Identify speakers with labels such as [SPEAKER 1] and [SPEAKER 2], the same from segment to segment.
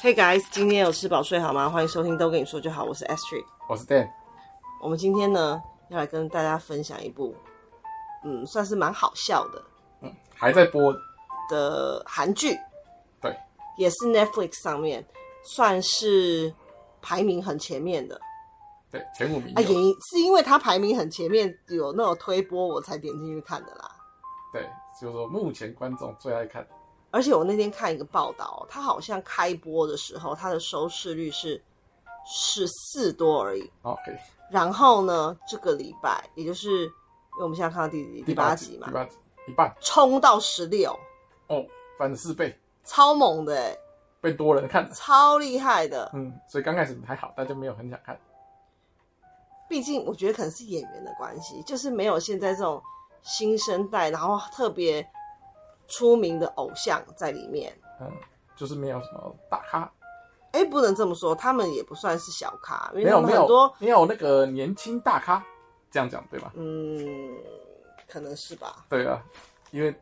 [SPEAKER 1] Hey guys，今天有吃饱睡好吗？欢迎收听都跟你说就好，我是 Astrid。
[SPEAKER 2] 我哦是 Dan，
[SPEAKER 1] 我们今天呢要来跟大家分享一部，嗯，算是蛮好笑的
[SPEAKER 2] 还在播，
[SPEAKER 1] 的韩剧，
[SPEAKER 2] 对，
[SPEAKER 1] 也是 Netflix 上面算是排名很前面的。
[SPEAKER 2] 对，前五名
[SPEAKER 1] 啊，
[SPEAKER 2] 有，
[SPEAKER 1] 也是因为它排名很前面，有那种推播我才点进去看的啦。
[SPEAKER 2] 对，就是说目前观众最爱看，
[SPEAKER 1] 而且我那天看一个报道，它好像开播的时候，它的收视率是十四多而已。
[SPEAKER 2] 哦，可以，
[SPEAKER 1] 然后呢，这个礼拜，也就是因为我们现在看到第第八集嘛
[SPEAKER 2] 第，八集一半
[SPEAKER 1] 冲到十六，
[SPEAKER 2] 哦，翻了四倍，
[SPEAKER 1] 超猛的、欸，
[SPEAKER 2] 被多人看了，
[SPEAKER 1] 超厉害的。
[SPEAKER 2] 嗯， 所以刚开始还好，但就没有很想看，
[SPEAKER 1] 毕竟我觉得可能是演员的关系，就是没有现在这种新生代，然后特别出名的偶像在里面。
[SPEAKER 2] 嗯，就是没有什么大咖，
[SPEAKER 1] 哎、不能这么说，他们也不算是小咖，因
[SPEAKER 2] 没
[SPEAKER 1] 为他
[SPEAKER 2] 有
[SPEAKER 1] 们
[SPEAKER 2] 没
[SPEAKER 1] 很多
[SPEAKER 2] 有没有那个年轻大咖，这样讲对吧？
[SPEAKER 1] 嗯，可能是吧。
[SPEAKER 2] 对啊，因为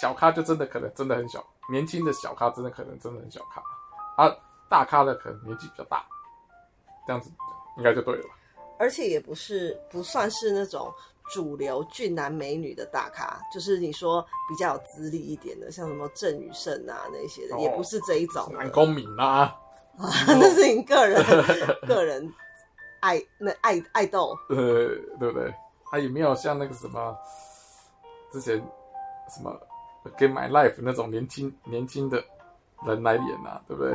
[SPEAKER 2] 小咖就真的可能真的很小，年轻的小咖真的可能真的很小咖，啊，大咖的可能年纪比较大，这样子应该就对了吧？
[SPEAKER 1] 而且也不是不算是那种主流俊男美女的大咖，就是你说比较有资历一点的，像什么郑宇盛啊那些的，
[SPEAKER 2] 哦
[SPEAKER 1] 也不是这一种
[SPEAKER 2] 是
[SPEAKER 1] 的。
[SPEAKER 2] 男公民啊。
[SPEAKER 1] 啊， 那是你个人个人爱那爱爱豆，
[SPEAKER 2] 呃，对不对？他也没有像那个什么之前什么《Get My Life》那种年轻年轻的人来演啊，对不对？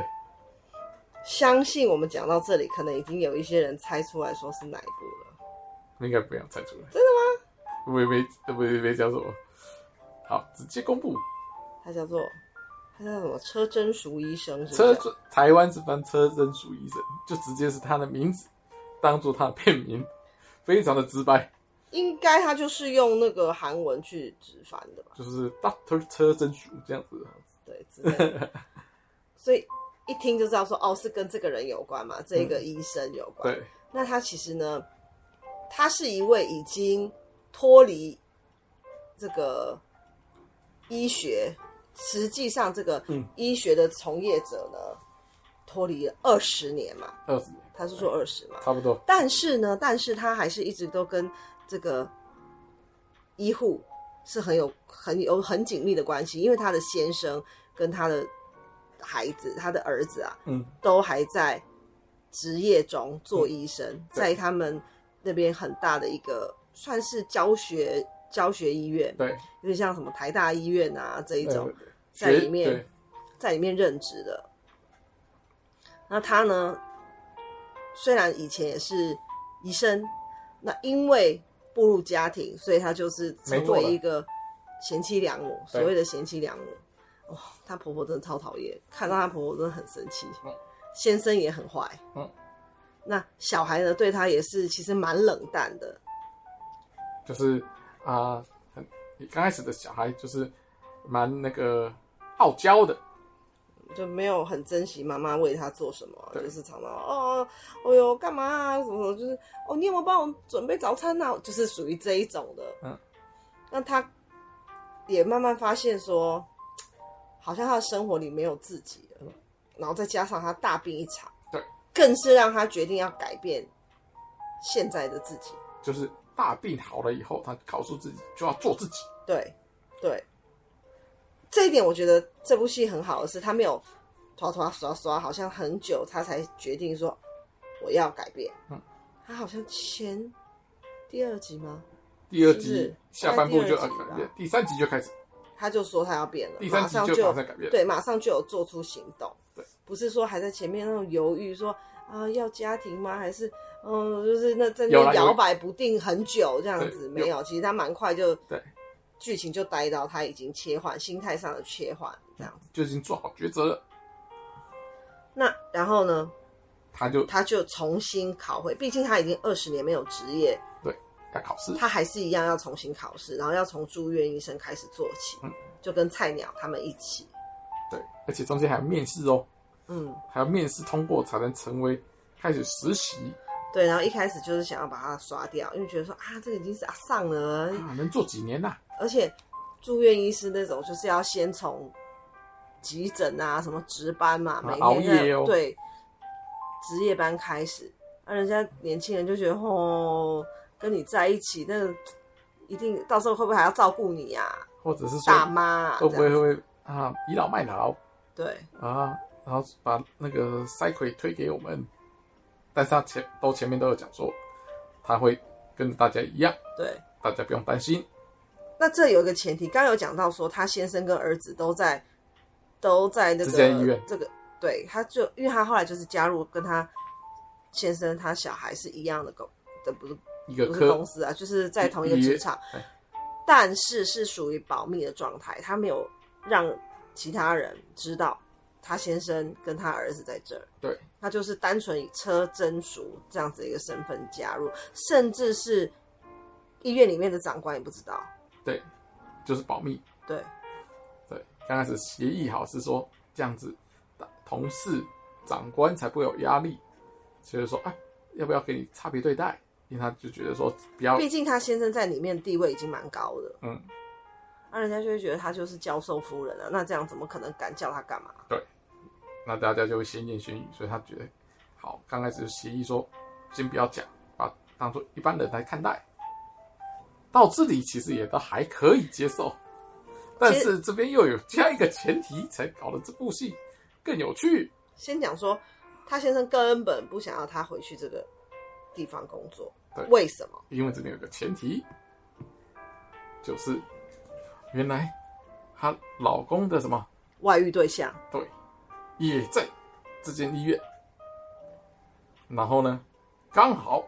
[SPEAKER 1] 相信我们讲到这里，可能已经有一些人猜出来说是哪一部了。
[SPEAKER 2] 应该不要猜出来。真的吗？我也没我也没讲什么。好，直接公布。
[SPEAKER 1] 它叫做它叫什么？车真淑医生是不
[SPEAKER 2] 车
[SPEAKER 1] 是？
[SPEAKER 2] 台湾是翻车真属医生，就直接是他的名字当做他的片名，非常的直白，
[SPEAKER 1] 应该它就是用那个韩文去直翻的吧？
[SPEAKER 2] 就是 Doctor 车真属这样子。
[SPEAKER 1] 对，之类 的。所以一听就知道说，哦，是跟这个人有关嘛，这个医生有关。
[SPEAKER 2] 嗯对，
[SPEAKER 1] 那他其实呢，他是一位已经脱离这个医学，实际上这个
[SPEAKER 2] 嗯
[SPEAKER 1] 医学的从业者呢，脱离了二十年嘛，
[SPEAKER 2] 二十年
[SPEAKER 1] 他是说二十嘛，
[SPEAKER 2] 差不多。
[SPEAKER 1] 但是呢，但是他还是一直都跟这个医护是很有很有很紧密的关系，因为他的先生跟他的孩子，他的儿子啊，
[SPEAKER 2] 嗯，
[SPEAKER 1] 都还在职业中做医生，
[SPEAKER 2] 对
[SPEAKER 1] 在他们那边很大的一个算是教学教学医院，
[SPEAKER 2] 对，
[SPEAKER 1] 有点像什么台大医院啊这一
[SPEAKER 2] 对
[SPEAKER 1] 种
[SPEAKER 2] 对，对
[SPEAKER 1] 在
[SPEAKER 2] 学
[SPEAKER 1] 里面
[SPEAKER 2] 对
[SPEAKER 1] 在里面任职的。那他呢，虽然以前也是医生，那因为步入家庭，所以他就是成
[SPEAKER 2] 没做
[SPEAKER 1] 为
[SPEAKER 2] 了
[SPEAKER 1] 一个贤妻良母，
[SPEAKER 2] 对
[SPEAKER 1] 所谓的贤妻良母。哇、她婆婆真的超讨厌，看到她婆婆真的很生气
[SPEAKER 2] 嗯，
[SPEAKER 1] 先生也很坏。
[SPEAKER 2] 嗯，
[SPEAKER 1] 那小孩呢，对她也是其实蛮冷淡的。
[SPEAKER 2] 就是啊，很刚开始的小孩就是蛮那个傲娇的，
[SPEAKER 1] 就没有很珍惜妈妈为他做什么，啊
[SPEAKER 2] 对
[SPEAKER 1] 就是常常哦，哦哟，干嘛啊，什么什么，就是哦，你有没有帮我准备早餐啊？就是属于这一种的。
[SPEAKER 2] 嗯，
[SPEAKER 1] 那他也慢慢发现说，好像他的生活里没有自己了，然后再加上他大病一场，
[SPEAKER 2] 嗯对，
[SPEAKER 1] 更是让他决定要改变现在的自己。
[SPEAKER 2] 就是大病好了以后，他告诉自己就要做自己，
[SPEAKER 1] 对，对，这一点我觉得这部戏很好的是，他没有拖拖刷刷，好像很久他才决定说我要改变。
[SPEAKER 2] 嗯，
[SPEAKER 1] 他好像前第二集吗？
[SPEAKER 2] 第二
[SPEAKER 1] 是不是
[SPEAKER 2] 集下半部就
[SPEAKER 1] 大
[SPEAKER 2] 要
[SPEAKER 1] 概第二集吧
[SPEAKER 2] 改变，第三集就开始，
[SPEAKER 1] 他就说他要变了，
[SPEAKER 2] 第三
[SPEAKER 1] 马
[SPEAKER 2] 集
[SPEAKER 1] 上
[SPEAKER 2] 就
[SPEAKER 1] 就
[SPEAKER 2] 马上改变
[SPEAKER 1] 对，马上就有做出行动。
[SPEAKER 2] 对，
[SPEAKER 1] 不是说还在前面那种犹豫说。啊，要家庭吗？还是嗯，就是那在
[SPEAKER 2] 有啦
[SPEAKER 1] 那
[SPEAKER 2] 有
[SPEAKER 1] 摇摆不定很久这样子，
[SPEAKER 2] 对
[SPEAKER 1] 没有。其实他蛮快就
[SPEAKER 2] 对
[SPEAKER 1] 剧情就待到他已经切换心态上的切换这样子。
[SPEAKER 2] 就已经做好抉择了，
[SPEAKER 1] 那然后呢，
[SPEAKER 2] 他就
[SPEAKER 1] 他就重新考回，毕竟他已经二十年没有职业，
[SPEAKER 2] 要考试，
[SPEAKER 1] 他还是一样要重新考试，然后要从住院医生开始做起，
[SPEAKER 2] 嗯
[SPEAKER 1] 就跟菜鸟他们一起，
[SPEAKER 2] 对，而且中间还要面试哦，
[SPEAKER 1] 嗯，
[SPEAKER 2] 还要面试通过才能成为开始实习
[SPEAKER 1] 对，然后一开始就是想要把它刷掉，因为觉得说啊，这个已经是啊上了，
[SPEAKER 2] 啊，能做几年呐、
[SPEAKER 1] 而且住院医师那种就是要先从急诊啊，什么值班嘛，每
[SPEAKER 2] 熬
[SPEAKER 1] 天
[SPEAKER 2] 夜
[SPEAKER 1] 的、
[SPEAKER 2] 哦
[SPEAKER 1] 对值夜班开始，那、人家年轻人就觉得哦，跟你在一起，那个一定到时候会不会还要照顾你呀、啊，
[SPEAKER 2] 或者是
[SPEAKER 1] 大
[SPEAKER 2] 说
[SPEAKER 1] 妈、啊、
[SPEAKER 2] 会不
[SPEAKER 1] 这
[SPEAKER 2] 会
[SPEAKER 1] 样子
[SPEAKER 2] 会啊倚老卖老
[SPEAKER 1] 对
[SPEAKER 2] 啊，然后把那个塞葵推给我们，但是他前都前面都有讲说，他会跟大家一样，
[SPEAKER 1] 对。
[SPEAKER 2] 大家不用担心，
[SPEAKER 1] 那这有一个前提，刚刚有讲到说他先生跟儿子都在都在那个
[SPEAKER 2] 之间医院
[SPEAKER 1] 这个对，他就因为他后来就是加入跟他先生他小孩是一样的公的不是
[SPEAKER 2] 一个
[SPEAKER 1] 不是
[SPEAKER 2] 科
[SPEAKER 1] 公司啊，就是在同一个
[SPEAKER 2] 一
[SPEAKER 1] 职场
[SPEAKER 2] 对，
[SPEAKER 1] 但是是属于保密的状态，他没有让其他人知道他先生跟他儿子在这儿。
[SPEAKER 2] 对，
[SPEAKER 1] 他就是单纯以车真淑这样子的一个身份加入，甚至是医院里面的长官也不知道。
[SPEAKER 2] 就是保密。
[SPEAKER 1] 对，
[SPEAKER 2] 对，刚开始协议好是说这样子，同事、长官才不会有压力，所以说啊，要不要给你差别对待？因为他就觉得说不要，
[SPEAKER 1] 毕竟他先生在里面地位已经蛮高的，
[SPEAKER 2] 嗯，
[SPEAKER 1] 那、人家就会觉得他就是教授夫人啊，那这样怎么可能敢叫他干嘛？
[SPEAKER 2] 那大家就会先言先语，所以他觉得好，刚开始就协议说先不要讲，把当做一般人来看待。到这里其实也都还可以接受，但
[SPEAKER 1] 其实
[SPEAKER 2] 是这边又有加一个前提，才搞得这部戏更有趣。
[SPEAKER 1] 先讲说，他先生根本不想要他回去这个地方工作
[SPEAKER 2] 对，
[SPEAKER 1] 为什么？
[SPEAKER 2] 因为这边有个前提，就是原来她老公的什么
[SPEAKER 1] 外遇对象，
[SPEAKER 2] 对也在这间医院，然后呢，刚好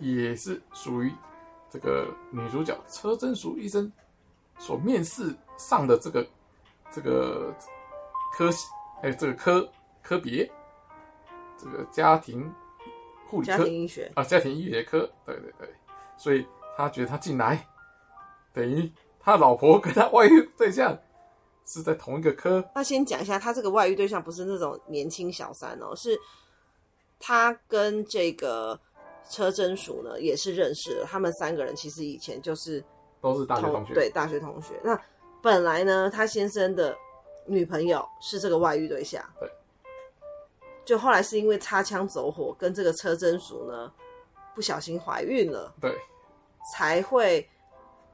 [SPEAKER 2] 也是属于这个女主角车真淑医生所面试上的这个这个科系，哎，这个科科别，这个家庭护理
[SPEAKER 1] 家
[SPEAKER 2] 科
[SPEAKER 1] 庭医学，
[SPEAKER 2] 啊，家庭医学科，对对对，所以他觉得他进来，等于他老婆跟他外遇对象是在同一个科，
[SPEAKER 1] 那先讲一下，他这个外遇对象不是那种年轻小三哦，是他跟这个车真淑呢也是认识的，他们三个人其实以前就是
[SPEAKER 2] 都是大学同学，
[SPEAKER 1] 对大学同学。那本来呢，他先生的女朋友是这个外遇对象，
[SPEAKER 2] 对，
[SPEAKER 1] 就后来是因为擦枪走火，跟这个车真淑呢不小心怀孕了，
[SPEAKER 2] 对
[SPEAKER 1] 才会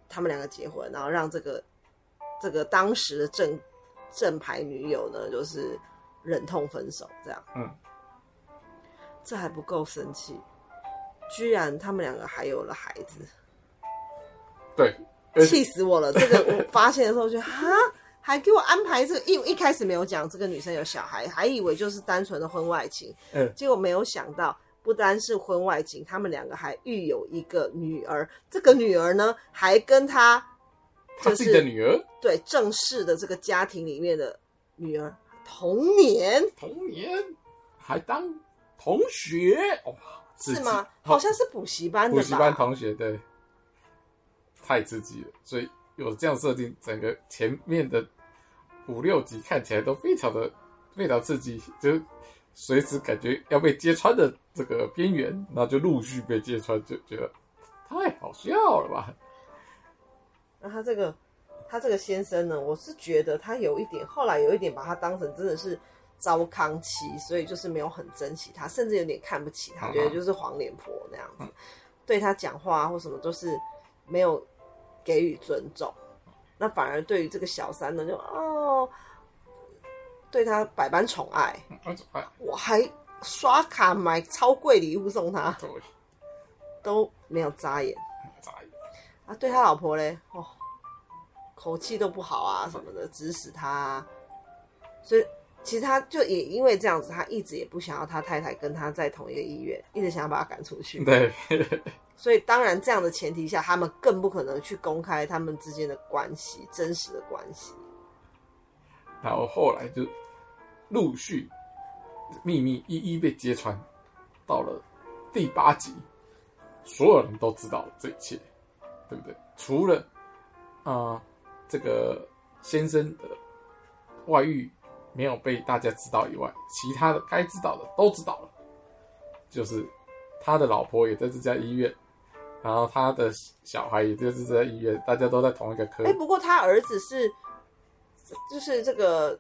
[SPEAKER 1] 他们两个结婚，然后让这个这个当时的正正牌女友呢，就是忍痛分手，这样。
[SPEAKER 2] 嗯，
[SPEAKER 1] 这还不够生气，居然他们两个还有了孩子，
[SPEAKER 2] 对，而且
[SPEAKER 1] 气死我了！这个我发现的时候，我觉得哈。还给我安排这个，因为一开始没有讲这个女生有小孩，还以为就是单纯的婚外情，
[SPEAKER 2] 嗯
[SPEAKER 1] 结果没有想到，不单是婚外情，他们两个还育有一个女儿。这个女儿呢，还跟她
[SPEAKER 2] 他自己的女儿
[SPEAKER 1] 对正式的这个家庭里面的女儿同年，
[SPEAKER 2] 童年还当同学，哇，刺
[SPEAKER 1] 是
[SPEAKER 2] 激
[SPEAKER 1] 吗？
[SPEAKER 2] 好
[SPEAKER 1] 好像是补习班的
[SPEAKER 2] 补
[SPEAKER 1] 吧？
[SPEAKER 2] 习班同学，对，太刺激了，所以有这样设定，整个前面的五六集看起来都非常的非常刺激，就是随时感觉要被揭穿的这个边缘，然后就陆续被揭穿，就觉得太好笑了吧？
[SPEAKER 1] 那他这个他这个先生呢，我是觉得他有一点，后来有一点把他当成真的是糟糠妻，所以就是没有很珍惜他，甚至有点看不起他，
[SPEAKER 2] 嗯
[SPEAKER 1] 觉得就是黄脸婆那样子，对他讲话啊或什么都是没有给予尊重。那反而对于这个小三呢，就哦，对他百般宠爱，
[SPEAKER 2] 哎哎，
[SPEAKER 1] 我还刷卡买超贵礼物送他，
[SPEAKER 2] 对，
[SPEAKER 1] 都没有眨眼。
[SPEAKER 2] 眨眼
[SPEAKER 1] 啊，对他老婆嘞，哦，口气都不好啊，什么的，指使他、啊，所以其实他就也因为这样子，他一直也不想要他太太跟他在同一个医院，一直想要把他赶出去。
[SPEAKER 2] 对，
[SPEAKER 1] 所以当然这样的前提下，他们更不可能去公开他们之间的关系，真实的关系。
[SPEAKER 2] 然后后来就陆续秘密一一被揭穿，到了第八集，所有人都知道了这一切，对不对？除了啊、呃这个先生的外遇没有被大家知道以外，其他的该知道的都知道了，就是他的老婆也在这家医院。然后他的小孩也就是在
[SPEAKER 1] 哎
[SPEAKER 2] 医院，大家都在同一个科。
[SPEAKER 1] 哎、不过他儿子是，就是这个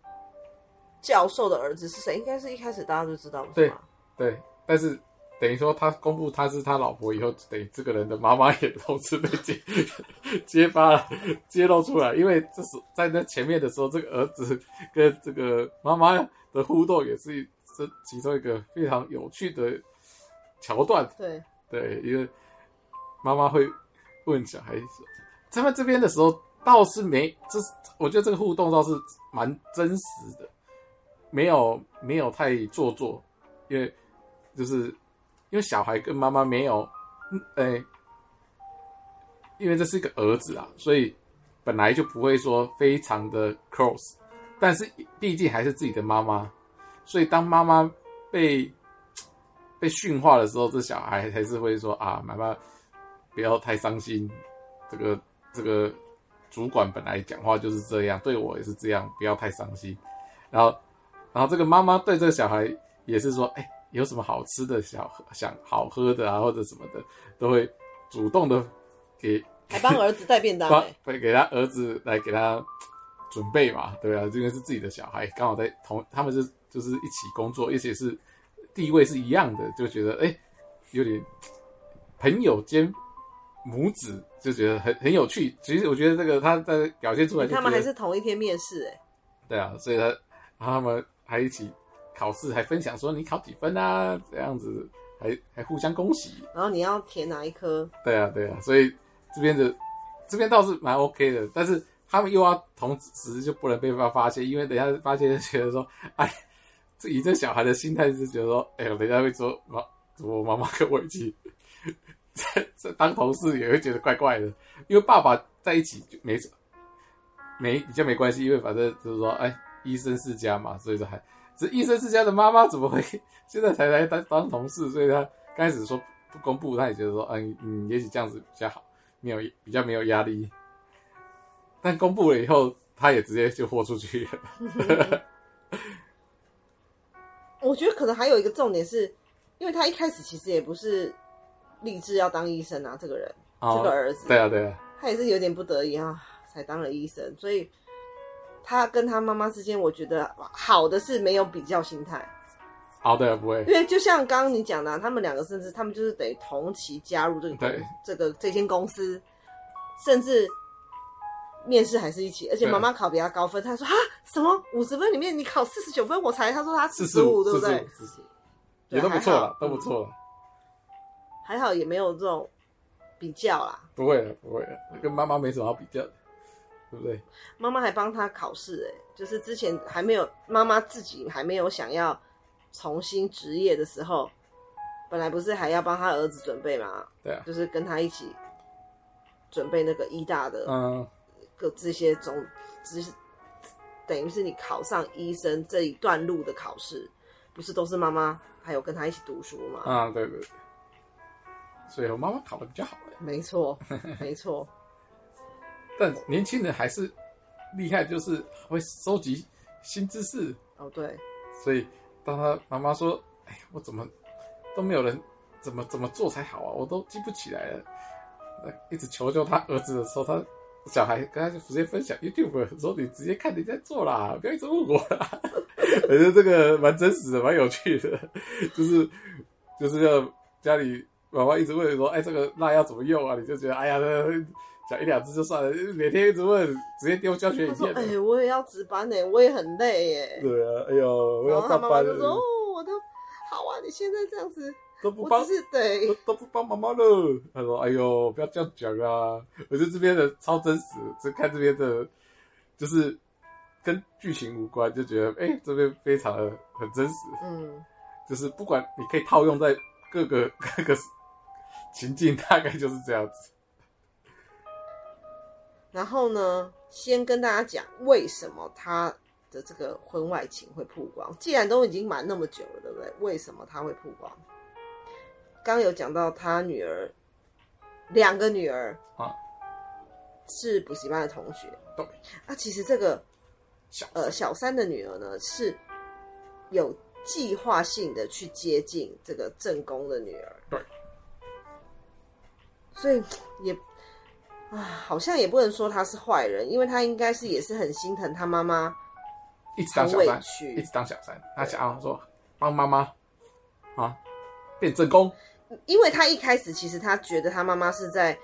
[SPEAKER 1] 教授的儿子是谁，应该是一开始大家都知道，不
[SPEAKER 2] 对
[SPEAKER 1] 是吗？
[SPEAKER 2] 对，但是等于说他公布他是他老婆以后，等于这个人的妈妈也同时被 揭揭发了、揭露出来，因为这是在那前面的时候，这个儿子跟这个妈妈的互动也是一这其中一个非常有趣的桥段。
[SPEAKER 1] 对，
[SPEAKER 2] 对，因为妈妈会问小孩说，他们这边的时候倒是没，这是我觉得这个互动倒是蛮真实的，没有没有太做作，因为就是因为小孩跟妈妈没有，嗯哎、因为这是一个儿子啊，所以本来就不会说非常的 close，但是毕竟还是自己的妈妈，所以当妈妈被被驯化的时候，这小孩还是会说啊，妈妈不要太伤心，这个这个主管本来讲话就是这样，对我也是这样，不要太伤心。然后，然后这个妈妈对这个小孩也是说，哎、有什么好吃的、小想好喝的啊，或者什么的，都会主动的给
[SPEAKER 1] 还帮儿子带便当、
[SPEAKER 2] 帮
[SPEAKER 1] 哎，
[SPEAKER 2] 会给他儿子来给他准备嘛，对啊，因为是自己的小孩，刚好在同他们是就是一起工作，而且是地位是一样的，就觉得哎、有点朋友兼母子，就觉得很很有趣。其实我觉得这个他在表现出来
[SPEAKER 1] 你
[SPEAKER 2] 就
[SPEAKER 1] 看他
[SPEAKER 2] 觉得
[SPEAKER 1] 们还是同一天面试、哎，
[SPEAKER 2] 对啊，所以他然后他们还一起考试，还分享说你考几分啊，这样子还还互相恭喜，
[SPEAKER 1] 然后你要填哪一科？
[SPEAKER 2] 对啊，对啊，所以这边的这边倒是蛮 OK 的，但是他们又要同时就啊不能被发发现，因为等一下发现就觉得说，哎，这以这小孩的心态是觉得说，哎呦，人家会说妈，我妈妈跟我一起在在当同事也会觉得怪怪的，因为爸爸在一起就没什没比较没关系，因为反正就是说，哎，医生世家嘛，所以说还。只是医生世家的妈妈怎么会现在才来当当同事？所以她刚开始说不公布，他也觉得说，嗯嗯，也许这样子比较好，没有比较没有压力。但公布了以后，他也直接就豁出去了。
[SPEAKER 1] 我觉得可能还有一个重点是，因为他一开始其实也不是立志要当医生啊，这个人，这个
[SPEAKER 2] 哦
[SPEAKER 1] 儿子，
[SPEAKER 2] 对啊，对啊，
[SPEAKER 1] 他也是有点不得已啊，才当了医生，所以他跟他妈妈之间，我觉得好的是没有比较心态，
[SPEAKER 2] 哦，对啊，不会，
[SPEAKER 1] 因为就像刚刚你讲的啊、他们两个甚至他们就是得同期加入这个公
[SPEAKER 2] 对啊
[SPEAKER 1] 这个这间公司，甚至面试还是一起，而且
[SPEAKER 2] 对
[SPEAKER 1] 妈妈考比他高分，他说啊什么五十分里面你考四十九分，我才他说他
[SPEAKER 2] 四
[SPEAKER 1] 十
[SPEAKER 2] 十五，
[SPEAKER 1] 对
[SPEAKER 2] 四
[SPEAKER 1] 不
[SPEAKER 2] 十
[SPEAKER 1] 对
[SPEAKER 2] 五，？四十五，
[SPEAKER 1] 对
[SPEAKER 2] 也都不错
[SPEAKER 1] 还
[SPEAKER 2] 了
[SPEAKER 1] 好，嗯
[SPEAKER 2] 都不错了，
[SPEAKER 1] 还好也没有这种比较啦，
[SPEAKER 2] 不会了，不会了，跟妈妈没什么好比较的，啊对不啊对？
[SPEAKER 1] 妈妈还帮他考试，哎，就是之前还没有妈妈自己还没有想要重新职业的时候，本来不是还要帮他儿子准备嘛，
[SPEAKER 2] 对啊，
[SPEAKER 1] 就是跟他一起准备那个医大的
[SPEAKER 2] 嗯，
[SPEAKER 1] 各这些种，只是等于是你考上医生这一段路的考试，不是都是妈妈还有跟他一起读书嘛？
[SPEAKER 2] 啊，对对对，所以我妈妈考的比较好欸
[SPEAKER 1] 没错，没错，
[SPEAKER 2] 但年轻人还是厉害，就是会收集新知识，
[SPEAKER 1] 哦 对，
[SPEAKER 2] 所以当他妈妈说：“哎呀，我怎么都没有人怎么怎么做才好啊，我都记不起来了。”一直求救他儿子的时候，他小孩跟他就直接分享 YouTube，说：“你直接看人家做啦，不要一直问我啦。”我觉得这个蛮真实的，蛮有趣的，就是就是要家里妈妈一直问说：“哎，这个辣要怎么用啊？”你就觉得哎呀，那讲一两次就算了，每天一直问，直接丢教学
[SPEAKER 1] 他
[SPEAKER 2] 影
[SPEAKER 1] 说
[SPEAKER 2] 片了
[SPEAKER 1] 哎、。我也要值班呢、我也很累耶、
[SPEAKER 2] 对啊，哎呦，我
[SPEAKER 1] 然
[SPEAKER 2] 要
[SPEAKER 1] 后他
[SPEAKER 2] 上
[SPEAKER 1] 妈妈
[SPEAKER 2] 班
[SPEAKER 1] 就说：“哦
[SPEAKER 2] 了，，
[SPEAKER 1] 我都好啊，你现在这样子，
[SPEAKER 2] 都不帮
[SPEAKER 1] 我只是对
[SPEAKER 2] 都都不帮妈妈了。他说：“哎呦，不要这样讲啊！”我觉得这边的超真实，只看这边的，就是跟剧情无关，就觉得哎、这边非常的很真实，
[SPEAKER 1] 嗯，
[SPEAKER 2] 就是不管你可以套用在各个 各个情境，大概就是这样子。
[SPEAKER 1] 然后呢，先跟大家讲为什么他的这个婚外情会曝光。既然都已经瞒那么久了，对不对？为什么他会曝光？刚有讲到他女儿，两个女儿
[SPEAKER 2] 啊，
[SPEAKER 1] 是补习班的同学。
[SPEAKER 2] 对
[SPEAKER 1] 啊，其实这个
[SPEAKER 2] 小
[SPEAKER 1] 呃小三的女儿呢是有计划性的去接近这个正宫的女儿，
[SPEAKER 2] 对，
[SPEAKER 1] 所以也啊，好像也不能说她是坏人，因为她应该是也是很心疼她妈妈
[SPEAKER 2] 一直当
[SPEAKER 1] 很
[SPEAKER 2] 小
[SPEAKER 1] 委
[SPEAKER 2] 三，一
[SPEAKER 1] 屈
[SPEAKER 2] 直，当小三。他想要说帮妈妈啊变正宫，
[SPEAKER 1] 因为他一开始其实他觉得他妈妈是在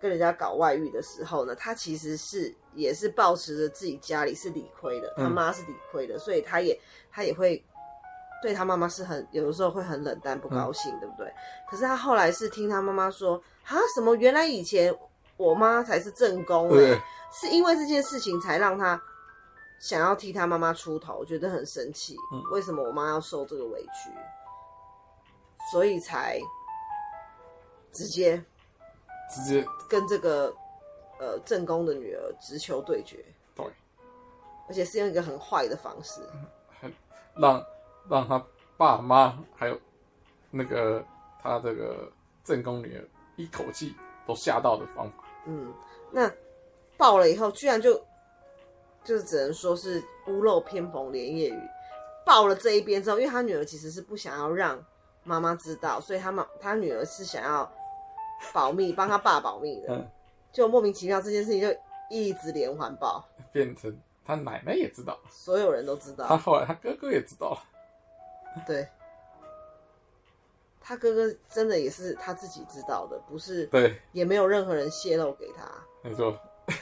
[SPEAKER 1] 跟人家搞外遇的时候呢，他其实是也是抱持着自己家里是理亏的，
[SPEAKER 2] 嗯
[SPEAKER 1] 他妈是理亏的，所以他也他也会对他妈妈是很有的时候会很冷淡不高兴，对不对？可是他后来是听他妈妈说啊，什么原来以前我妈才是正宫、欸，
[SPEAKER 2] 对，
[SPEAKER 1] 是因为这件事情才让他想要替他妈妈出头，觉得很生气。
[SPEAKER 2] 嗯
[SPEAKER 1] 为什么我妈要受这个委屈？所以才直接
[SPEAKER 2] 直接
[SPEAKER 1] 跟这个呃正宫的女儿直球对决，
[SPEAKER 2] 对，
[SPEAKER 1] 而且是用一个很坏的方式。
[SPEAKER 2] 让让他爸妈还有那个他这个正宫女儿一口气都吓到的方法，
[SPEAKER 1] 嗯，那爆了以后，居然就就是只能说是屋漏偏逢连夜雨。爆了这一边之后，因为他女儿其实是不想要让妈妈知道，所以他妈他女儿是想要保密，帮他爸保密的。
[SPEAKER 2] 嗯
[SPEAKER 1] 就莫名其妙这件事情就一直连环爆，
[SPEAKER 2] 变成他奶奶也知道，
[SPEAKER 1] 所有人都知
[SPEAKER 2] 他
[SPEAKER 1] 道。
[SPEAKER 2] 后来他哥哥也知道了，
[SPEAKER 1] 对，他哥哥真的也是他自己知道的，不是
[SPEAKER 2] 对，
[SPEAKER 1] 也没有任何人泄露给他。
[SPEAKER 2] 没错，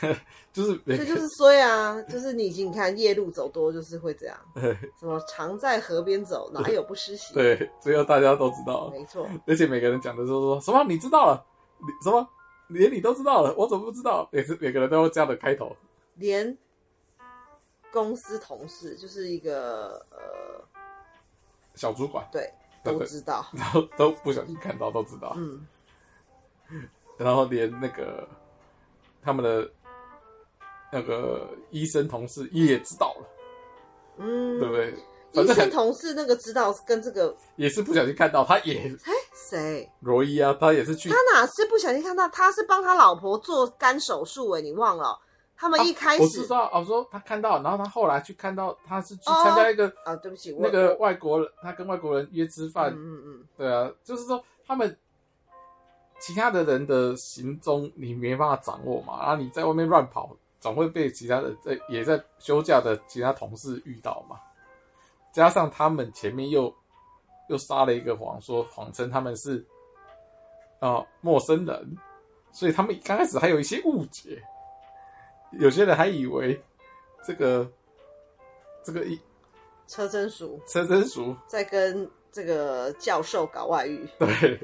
[SPEAKER 2] 就是每
[SPEAKER 1] 这
[SPEAKER 2] 个
[SPEAKER 1] 就是衰啊，就是你已经看夜路走多就是会这样。
[SPEAKER 2] 对
[SPEAKER 1] 什么常在河边走，哪有不湿鞋？，
[SPEAKER 2] 对，最后大家都知道了，
[SPEAKER 1] 没错，
[SPEAKER 2] 而且每个人讲的时候说什么你知道了，你什么连你都知道了，我怎么不知道？也是每个人都有这样的开头，
[SPEAKER 1] 连公司同事就是一个呃，
[SPEAKER 2] 小主管，
[SPEAKER 1] 对，
[SPEAKER 2] 对
[SPEAKER 1] 都
[SPEAKER 2] 对
[SPEAKER 1] 知道，
[SPEAKER 2] 然后都不小心看到都知道，
[SPEAKER 1] 嗯，
[SPEAKER 2] 然后连那个他们的那个医生同事也知道了，
[SPEAKER 1] 嗯，
[SPEAKER 2] 对不对？反
[SPEAKER 1] 医生
[SPEAKER 2] 正
[SPEAKER 1] 同事那个知道跟这个
[SPEAKER 2] 也是不小心看到，他也
[SPEAKER 1] 哎谁，
[SPEAKER 2] 罗伊啊，他也是去
[SPEAKER 1] 他哪是不小心看到，他是帮他老婆做肝手术哎，你忘了？他们一开
[SPEAKER 2] 啊我
[SPEAKER 1] 始
[SPEAKER 2] 是说，哦我说他看到，然后他后来去看到，他是去参加一个、
[SPEAKER 1] 啊，对不起，我
[SPEAKER 2] 那个外国人，他跟外国人约吃
[SPEAKER 1] 嗯
[SPEAKER 2] 饭，
[SPEAKER 1] 嗯嗯，
[SPEAKER 2] 对啊，就是说他们其他的人的行踪你没办法掌握嘛，然后你在外面乱跑，总会被其他的在也在休假的其他同事遇到嘛。加上他们前面又又撒了一个谎，说谎称他们是啊、呃陌生人，所以他们刚开始还有一些误解，有些人还以为这个这个一
[SPEAKER 1] 车真淑
[SPEAKER 2] 车真熟
[SPEAKER 1] 在跟这个教授搞外遇，
[SPEAKER 2] 对，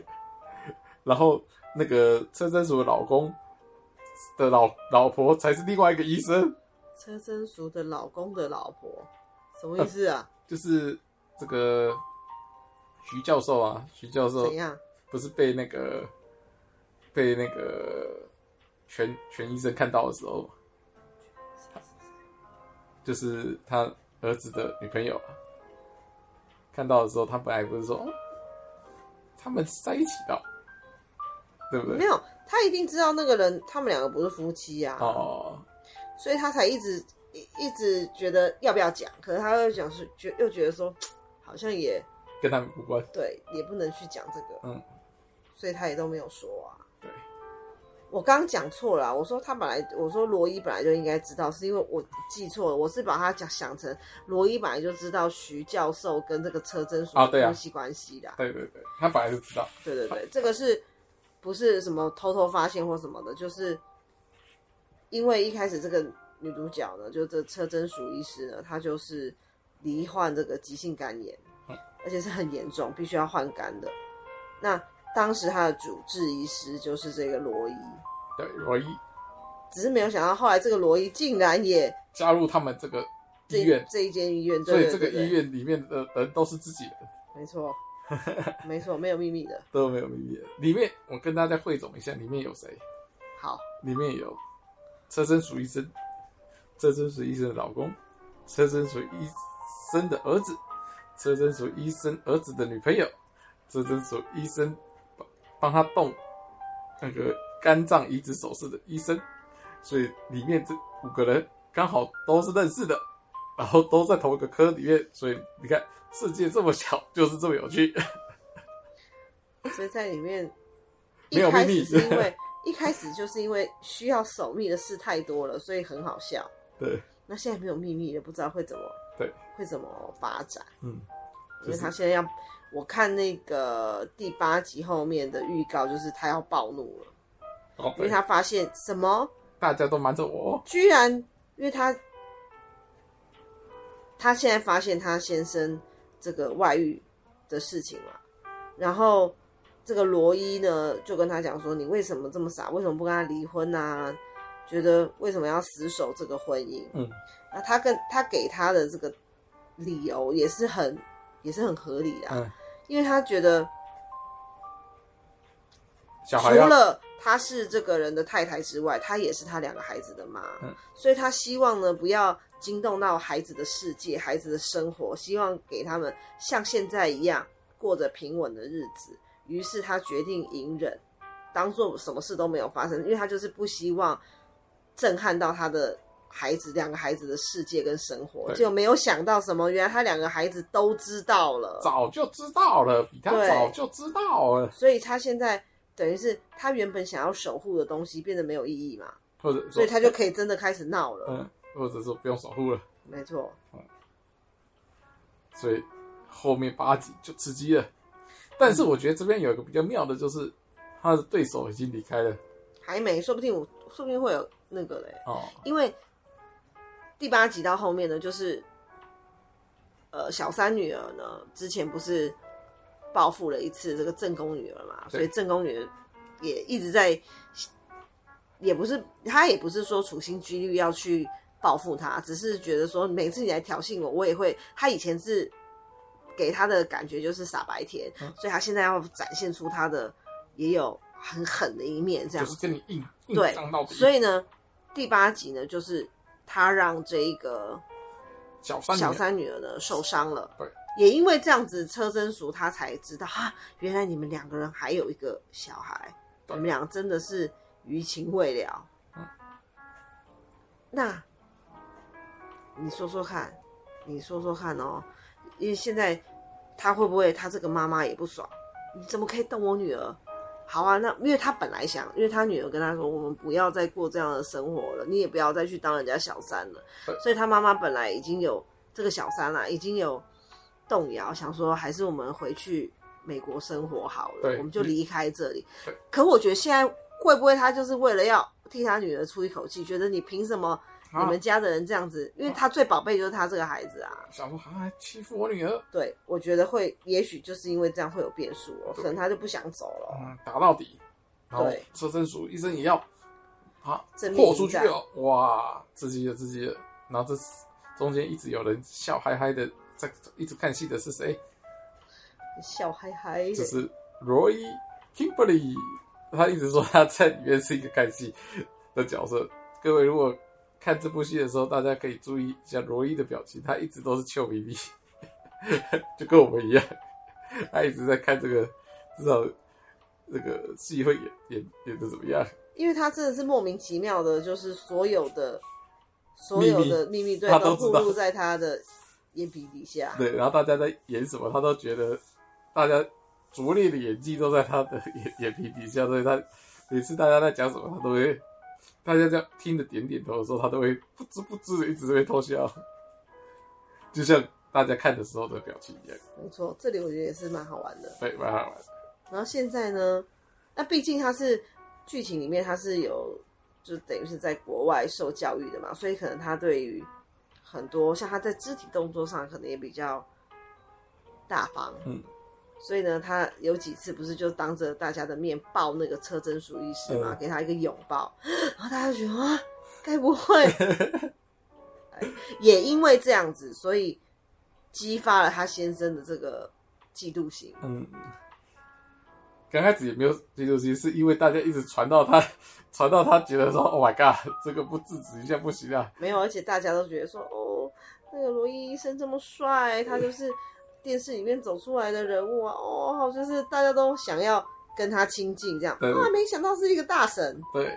[SPEAKER 2] 然后那个车真淑的老公的老老婆才是另外一个医生，
[SPEAKER 1] 车真淑的老公的老婆，什么意思啊？
[SPEAKER 2] 就是这个徐教授啊，徐教授
[SPEAKER 1] 怎样？
[SPEAKER 2] 不是被那个被那个全全医生看到的时候，就是他儿子的女朋友啊，看到的时候，他本来不是说、哦、他们是在一起的哦，对不
[SPEAKER 1] 没
[SPEAKER 2] 对？
[SPEAKER 1] 有，他一定知道那个人，他们两个不是夫妻啊，
[SPEAKER 2] 哦。
[SPEAKER 1] 所以他才一直一一直觉得要不要讲，可是他又讲是觉又觉得说，好像也
[SPEAKER 2] 跟他们无关。
[SPEAKER 1] 对，也不能去讲这个，
[SPEAKER 2] 嗯，
[SPEAKER 1] 所以他也都没有说啊。
[SPEAKER 2] 对，
[SPEAKER 1] 我刚讲错了啊、我说他本来我说罗伊本来就应该知道，是因为我记错了，我是把他讲想成罗伊本来就知道徐教授跟这个车真淑
[SPEAKER 2] 啊对
[SPEAKER 1] 有
[SPEAKER 2] 啊
[SPEAKER 1] 夫妻关系的啊、
[SPEAKER 2] 对对对，他本来就知道。
[SPEAKER 1] 对对对，这个是不是什么偷偷发现或什么的？就是因为一开始这个女主角呢，就这车真淑医师呢，她就是罹患这个急性肝炎
[SPEAKER 2] 嗯，
[SPEAKER 1] 而且是很严重，必须要换肝的。那当时她的主治医师就是这个罗伊，
[SPEAKER 2] 对，罗伊
[SPEAKER 1] 只是没有想到后来这个罗伊竟然也
[SPEAKER 2] 加入他们这个
[SPEAKER 1] 这
[SPEAKER 2] 医院，
[SPEAKER 1] 这一间医院，
[SPEAKER 2] 所
[SPEAKER 1] 对
[SPEAKER 2] 以
[SPEAKER 1] 对
[SPEAKER 2] 这个
[SPEAKER 1] 对对
[SPEAKER 2] 医院里面的人都是自己人，
[SPEAKER 1] 没错，没错，没有秘密的。
[SPEAKER 2] 都没有秘密。里面我跟大家汇总一下，里面有谁？
[SPEAKER 1] 好，
[SPEAKER 2] 里面有车真淑医生，车真淑医生的老公，车真淑医生的儿子，车真淑医生儿子的女朋友，车真淑医生帮帮他动那个肝脏移植手术的医生，所以里面这五个人刚好都是认识的，然后都在同一个科里面，所以你看世界这么小，就是这么有趣。
[SPEAKER 1] 所以在里面一
[SPEAKER 2] 没有
[SPEAKER 1] 开
[SPEAKER 2] 秘
[SPEAKER 1] 始
[SPEAKER 2] 密
[SPEAKER 1] 是因 为一开始就是因为需要守密的事太多了，所以很好笑。
[SPEAKER 2] 对，
[SPEAKER 1] 那现在没有秘密了，不知道会怎么
[SPEAKER 2] 对，
[SPEAKER 1] 会怎么发展？
[SPEAKER 2] 嗯，
[SPEAKER 1] 因
[SPEAKER 2] 就
[SPEAKER 1] 为他
[SPEAKER 2] 是
[SPEAKER 1] 现在要，我看那个第八集后面的预告，就是他要暴怒了，
[SPEAKER 2] 哦，
[SPEAKER 1] 因为
[SPEAKER 2] 对，
[SPEAKER 1] 他发现什么，
[SPEAKER 2] 大家都瞒着我，哦
[SPEAKER 1] 居然，因为他，他现在发现他先生这个外遇的事情了，然后这个罗伊呢就跟他讲说，你为什么这么傻？为什么不跟他离婚啊？觉得为什么要死守这个婚姻？
[SPEAKER 2] 嗯，
[SPEAKER 1] 那他跟他给他的这个理由也是很也是很合理的、啊
[SPEAKER 2] 嗯，
[SPEAKER 1] 因为他觉得
[SPEAKER 2] 小
[SPEAKER 1] 除
[SPEAKER 2] 孩要
[SPEAKER 1] 了她是这个人的太太之外，她也是他两个孩子的妈，
[SPEAKER 2] 嗯
[SPEAKER 1] 所以她希望呢不要惊动到孩子的世界、孩子的生活，希望给他们像现在一样过着平稳的日子。于是她决定隐忍，当做什么事都没有发生，因为她就是不希望震撼到她的。孩子两个孩子的世界跟生活，
[SPEAKER 2] 对
[SPEAKER 1] 就没有想到什么，原来他两个孩子都知道了，
[SPEAKER 2] 早就知道了，比他
[SPEAKER 1] 对
[SPEAKER 2] 早就知道了，
[SPEAKER 1] 所以他现在等于是他原本想要守护的东西变得没有意义嘛，
[SPEAKER 2] 或者
[SPEAKER 1] 所
[SPEAKER 2] 说
[SPEAKER 1] 以他就可以真的开始闹了。
[SPEAKER 2] 嗯，或者说不用守护了，
[SPEAKER 1] 没错，
[SPEAKER 2] 所以后面八集就吃鸡了。但是我觉得这边有一个比较妙的，就是他的对手已经离开了
[SPEAKER 1] 还没，说不定我说不定会有那个嘞，
[SPEAKER 2] 哦，
[SPEAKER 1] 因为第八集到后面呢，就是呃小三女儿呢之前不是报复了一次这个正宫女儿嘛，
[SPEAKER 2] 对
[SPEAKER 1] 所以正宫女儿也一直在，也不是她也不是说处心积虑要去报复她，只是觉得说每次你来挑衅我，我也会。她以前是给她的感觉就是傻白甜，
[SPEAKER 2] 嗯
[SPEAKER 1] 所以她现在要展现出她的也有很狠的一面，这
[SPEAKER 2] 就
[SPEAKER 1] 样
[SPEAKER 2] 是跟你硬硬
[SPEAKER 1] 对
[SPEAKER 2] 刚到底，
[SPEAKER 1] 所以呢，第八集呢，就是他让这一个
[SPEAKER 2] 小三啊
[SPEAKER 1] 小
[SPEAKER 2] 小
[SPEAKER 1] 三女儿呢受伤了。
[SPEAKER 2] 对，
[SPEAKER 1] 也因为这样子，车真淑她才知道啊，原来你们两个人还有一个小孩，你
[SPEAKER 2] 对
[SPEAKER 1] 们俩真的是余情未了。
[SPEAKER 2] 嗯
[SPEAKER 1] 那你说说看，你说说看哦，因为现在她会不会她这个妈妈也不爽？你怎么可以动我女儿？好啊，那因为她本来想，因为她女儿跟她说，我们不要再过这样的生活了，你也不要再去当人家小三了。
[SPEAKER 2] 对
[SPEAKER 1] 所以她妈妈本来已经有这个小三啦，已经有动摇，想说还是我们回去美国生活好了，
[SPEAKER 2] 对
[SPEAKER 1] 我们就离开这里
[SPEAKER 2] 对。
[SPEAKER 1] 可我觉得现在会不会她就是为了要替她女儿出一口气，觉得你凭什么你
[SPEAKER 2] 啊
[SPEAKER 1] 们家的人这样子？因为她最宝贝就是她这个孩子啊。
[SPEAKER 2] 想说啊欺负我女儿，
[SPEAKER 1] 对，我觉得会，也许就是因为这样会有变数哦，可
[SPEAKER 2] 对
[SPEAKER 1] 能他就不想走了。
[SPEAKER 2] 嗯，打到底，然后
[SPEAKER 1] 对
[SPEAKER 2] 车身鼠医生也要啊
[SPEAKER 1] 正面
[SPEAKER 2] 豁出
[SPEAKER 1] 迎
[SPEAKER 2] 去
[SPEAKER 1] 战
[SPEAKER 2] 了，哇，刺激了刺激了。然后这中间一直有人笑嗨嗨的在一直看戏的是谁？
[SPEAKER 1] 笑嗨嗨的，
[SPEAKER 2] 就是罗伊 Kimberly，他一直说他在里面是一个看戏的角色。各位如果看这部戏的时候，大家可以注意一下罗伊的表情，他一直都是臭咪 咪，就跟我们一样，他一直在看这个，知道这个戏会演演演的怎么样。
[SPEAKER 1] 因为他真的是莫名其妙的，就是所有的所有的秘密对
[SPEAKER 2] 他
[SPEAKER 1] 都
[SPEAKER 2] 都知
[SPEAKER 1] 暴
[SPEAKER 2] 道
[SPEAKER 1] 露在他的眼皮底下。
[SPEAKER 2] 对，然后大家在演什么，他都觉得大家拙劣的演技都在他的眼眼皮底下，所以他每次大家在讲什么，他都会大家这样听着点点头的时候，他都会不知不知的一直在偷笑，就像大家看的时候的表情一样，
[SPEAKER 1] 没错，这里我觉得也是蛮好玩的。
[SPEAKER 2] 对，蛮好玩的。
[SPEAKER 1] 然后现在呢，那毕竟他是剧情里面他是有，就等于是在国外受教育的嘛，所以可能他对于很多像他在肢体动作上可能也比较大方，
[SPEAKER 2] 嗯，
[SPEAKER 1] 所以呢，他有几次不是就当着大家的面抱那个车真淑医师嘛，
[SPEAKER 2] 嗯
[SPEAKER 1] 给他一个拥抱， 然后大家就觉得啊，该不会 哎也因为这样子，所以激发了他先生的这个嫉妒心。
[SPEAKER 2] 嗯，刚开始也没有嫉妒心，是因为大家一直传到他，传到他觉得说，Oh my god，这个不制止一下不行啊，
[SPEAKER 1] 没有，而且大家都觉得说，哦，那个罗伊医生这么帅，他就是电视里面走出来的人物啊，哦，就是大家都想要跟他亲近这样，
[SPEAKER 2] 对
[SPEAKER 1] 啊，没想到是一个大神，
[SPEAKER 2] 对，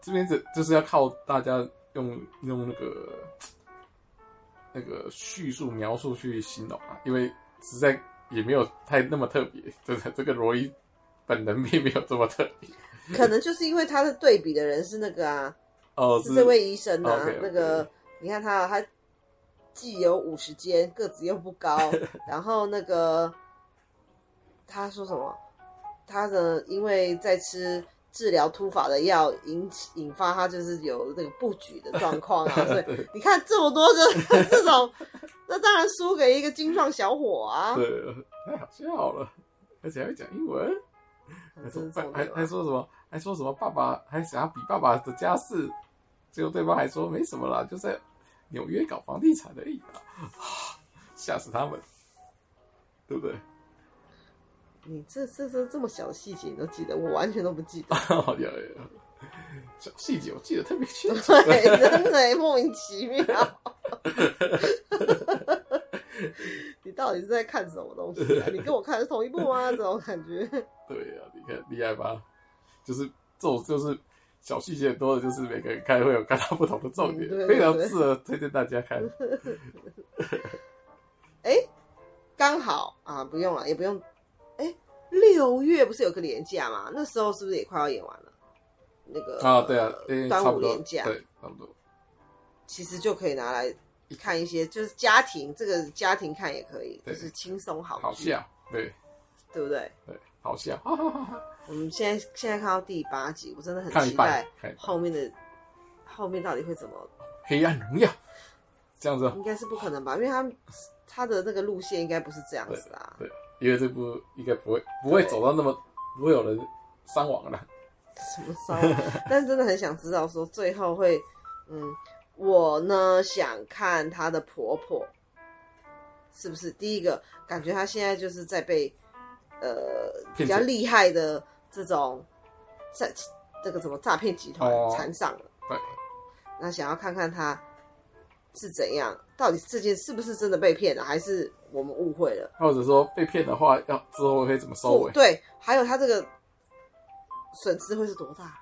[SPEAKER 2] 这边这就是要靠大家用用那个那个叙述描述去形容啊，因为实在也没有太那么特别，真的这个罗伊本人并没有这么特别
[SPEAKER 1] 可能就是因为他的对比的人是那个啊，
[SPEAKER 2] 哦，
[SPEAKER 1] 是这位医生啊，
[SPEAKER 2] OK，OK 嗯
[SPEAKER 1] 那个你看他啊，他既有五十肩，个子又不高， 然后那个他说什么？他的因为在吃治疗突发的药，引起引发他就是有那个不举的状况 啊，所以
[SPEAKER 2] 对
[SPEAKER 1] 你看这么多的这 种，那当然输给一个精壮小伙啊，
[SPEAKER 2] 对，太好笑了，而且还会讲英文，还
[SPEAKER 1] 很
[SPEAKER 2] 说
[SPEAKER 1] 尊
[SPEAKER 2] 爸
[SPEAKER 1] 重
[SPEAKER 2] 还
[SPEAKER 1] 对吧
[SPEAKER 2] 还说什么，还说什么爸爸还想要比爸爸的家世，结果对方还说没什么啦，就在纽约搞房地产而已啦， 吓死他们，对不对？
[SPEAKER 1] 你这这这这么小的细节你都记得，我完全都不记得。
[SPEAKER 2] 有有有，小细节我记得特别清楚。
[SPEAKER 1] 对，真的莫名其妙。你到底是在看什么东西、啊？你跟我看的是同一部吗？这种感觉。
[SPEAKER 2] 对呀、你看厉害吧？就是这种就是小细节多的，就是每个人看会有看到不同的重点，
[SPEAKER 1] 嗯对对
[SPEAKER 2] 非常
[SPEAKER 1] 对
[SPEAKER 2] 适合推荐大家看。
[SPEAKER 1] 刚好啊，不用了，也不用。哎、六月不是有个年假吗？那时候是不是也快要演完了？那个
[SPEAKER 2] 啊，对啊，诶差
[SPEAKER 1] 端
[SPEAKER 2] 不
[SPEAKER 1] 午
[SPEAKER 2] 多，
[SPEAKER 1] 年假
[SPEAKER 2] 对，差不多。
[SPEAKER 1] 其实就可以拿来看一些，就是家庭这个家庭看也可以，就
[SPEAKER 2] 对
[SPEAKER 1] 是轻松好
[SPEAKER 2] 好啊
[SPEAKER 1] 剧，
[SPEAKER 2] 笑，对
[SPEAKER 1] 对不对？
[SPEAKER 2] 对，好笑，哈哈哈哈
[SPEAKER 1] 我们现在现在看到第八集，我真的很
[SPEAKER 2] 看一
[SPEAKER 1] 期待
[SPEAKER 2] 半，看一半
[SPEAKER 1] 后面的后面到底会怎么
[SPEAKER 2] 黑暗荣耀，这样子哦，
[SPEAKER 1] 应该是不可能吧？因为他们他的那个路线应该不是这样子啊。
[SPEAKER 2] 对，因为这部应该不会不会走到那么不会有人伤亡了，
[SPEAKER 1] 什么骚扰？但真的很想知道说最后会，嗯，我呢想看她的婆婆是不是第一个感觉她现在就是在被呃比
[SPEAKER 2] 骗
[SPEAKER 1] 较
[SPEAKER 2] 钱
[SPEAKER 1] 厉害的这种诈这个什么诈骗集团
[SPEAKER 2] 哦
[SPEAKER 1] 缠上了，
[SPEAKER 2] 对，
[SPEAKER 1] 那想要看看她是怎样，到底这件是不是真的被骗了，还是我们误会了？
[SPEAKER 2] 或者说被骗的话，要之后会怎么收
[SPEAKER 1] 不
[SPEAKER 2] 尾？
[SPEAKER 1] 对，还有她这个损失会是多大？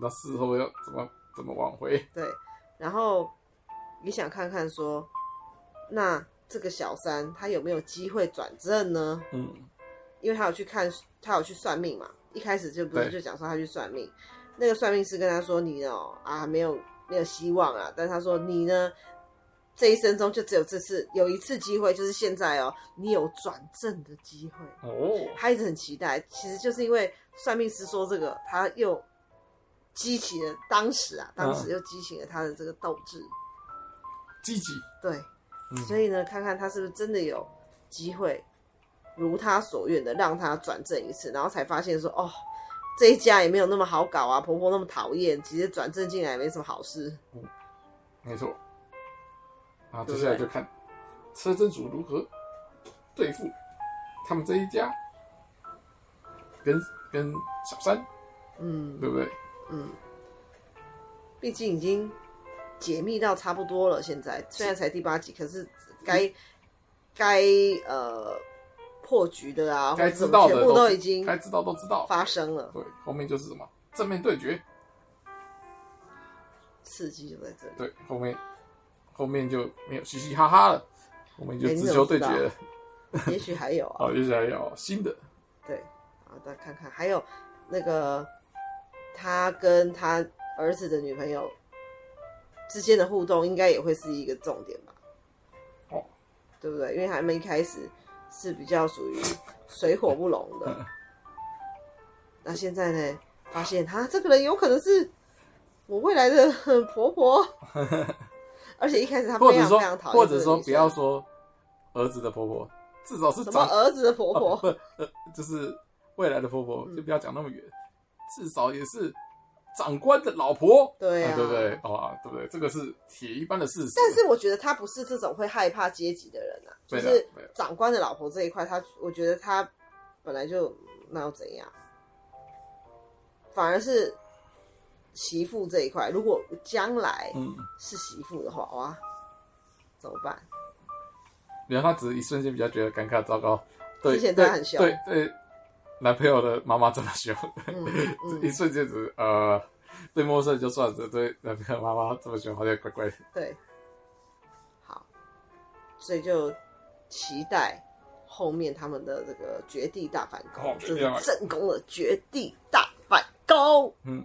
[SPEAKER 2] 那事后要怎么怎么挽回？
[SPEAKER 1] 对，然后你想看看说，那这个小三他有没有机会转正呢？
[SPEAKER 2] 嗯，
[SPEAKER 1] 因为他有去看，他有去算命嘛。一开始就不是
[SPEAKER 2] 对
[SPEAKER 1] 就讲说他去算命，那个算命师跟他说你哦啊没有没有希望啊，但他说你呢这一生中就只有这次有一次机会，就是现在哦，你有转正的机会。
[SPEAKER 2] 哦，
[SPEAKER 1] 他一直很期待，其实就是因为算命师说这个，他又激起了当时啊，当时又激起了他的这个斗志，
[SPEAKER 2] 积极，
[SPEAKER 1] 对，
[SPEAKER 2] 嗯，
[SPEAKER 1] 所以呢，看看他是不是真的有机会，如他所愿的让他转正一次，然后才发现说，哦，这一家也没有那么好搞啊，婆婆那么讨厌，其实转正进来也没什么好事，
[SPEAKER 2] 没错。然后
[SPEAKER 1] 对
[SPEAKER 2] 接
[SPEAKER 1] 不
[SPEAKER 2] 下来
[SPEAKER 1] 对
[SPEAKER 2] 就看车真主如何对付他们这一家，跟跟小三，
[SPEAKER 1] 嗯
[SPEAKER 2] 对不对？
[SPEAKER 1] 嗯，毕竟已经解密到差不多了，现在虽然才第八集，可是
[SPEAKER 2] 嗯
[SPEAKER 1] 该该呃破局的啊，
[SPEAKER 2] 该
[SPEAKER 1] 或者什
[SPEAKER 2] 知
[SPEAKER 1] 么
[SPEAKER 2] 道的
[SPEAKER 1] 全部都
[SPEAKER 2] 知
[SPEAKER 1] 已经
[SPEAKER 2] 该知道都知道。
[SPEAKER 1] 发生了，
[SPEAKER 2] 对，后面就是什么正面对决，
[SPEAKER 1] 刺激就在这里。
[SPEAKER 2] 对，后面后面就没有嘻嘻哈哈了，我们就
[SPEAKER 1] 哎你
[SPEAKER 2] 直
[SPEAKER 1] 怎
[SPEAKER 2] 球
[SPEAKER 1] 么
[SPEAKER 2] 对
[SPEAKER 1] 知
[SPEAKER 2] 决
[SPEAKER 1] 道
[SPEAKER 2] 了。
[SPEAKER 1] 也许还有啊，
[SPEAKER 2] 好，接下来要新的，
[SPEAKER 1] 对，啊，再看看，还有那个他跟他儿子的女朋友之间的互动，应该也会是一个重点吧？
[SPEAKER 2] 哦，
[SPEAKER 1] 对不对？因为他们一开始是比较属于水火不容 的，那现在呢，发现他这个人有可能是我未来的哼婆 婆，而且一开始他
[SPEAKER 2] 或
[SPEAKER 1] 非
[SPEAKER 2] 者
[SPEAKER 1] 常非
[SPEAKER 2] 说
[SPEAKER 1] 常讨厌
[SPEAKER 2] 或
[SPEAKER 1] 这
[SPEAKER 2] 者
[SPEAKER 1] 个
[SPEAKER 2] 说
[SPEAKER 1] 女
[SPEAKER 2] 不
[SPEAKER 1] 生
[SPEAKER 2] 要说儿子的婆婆，至少是
[SPEAKER 1] 什么
[SPEAKER 2] 长
[SPEAKER 1] 儿子的婆 婆，
[SPEAKER 2] 不呃就是未来的婆婆，
[SPEAKER 1] 嗯
[SPEAKER 2] 就不要讲那么远，至少也是长官的老婆，
[SPEAKER 1] 对啊
[SPEAKER 2] 对不对？哦，对不对？这个是铁一般的事实。
[SPEAKER 1] 但是我觉得他不是这种会害怕阶级的人啊，就
[SPEAKER 2] 对的
[SPEAKER 1] 是
[SPEAKER 2] 对的
[SPEAKER 1] 长官的老婆这一块，他我觉得他本来就那又怎样，反而是媳妇这一块，如果将来
[SPEAKER 2] 嗯，
[SPEAKER 1] 是媳妇的话，哇，怎么办？
[SPEAKER 2] 然后她只是一瞬间比较觉得尴尬，糟糕。对，
[SPEAKER 1] 之前
[SPEAKER 2] 对
[SPEAKER 1] 她很凶
[SPEAKER 2] 对对，男朋友的妈妈这么凶，
[SPEAKER 1] 嗯
[SPEAKER 2] 一
[SPEAKER 1] 嗯，
[SPEAKER 2] 瞬间只是呃，对陌生人就算了，对男朋友妈妈这么凶，好像怪怪的。
[SPEAKER 1] 对，好，所以就期待后面他们的这个绝地大反攻
[SPEAKER 2] 哦，
[SPEAKER 1] 这
[SPEAKER 2] 绝地大
[SPEAKER 1] 是
[SPEAKER 2] 反
[SPEAKER 1] 正宫的绝地大反攻，
[SPEAKER 2] 嗯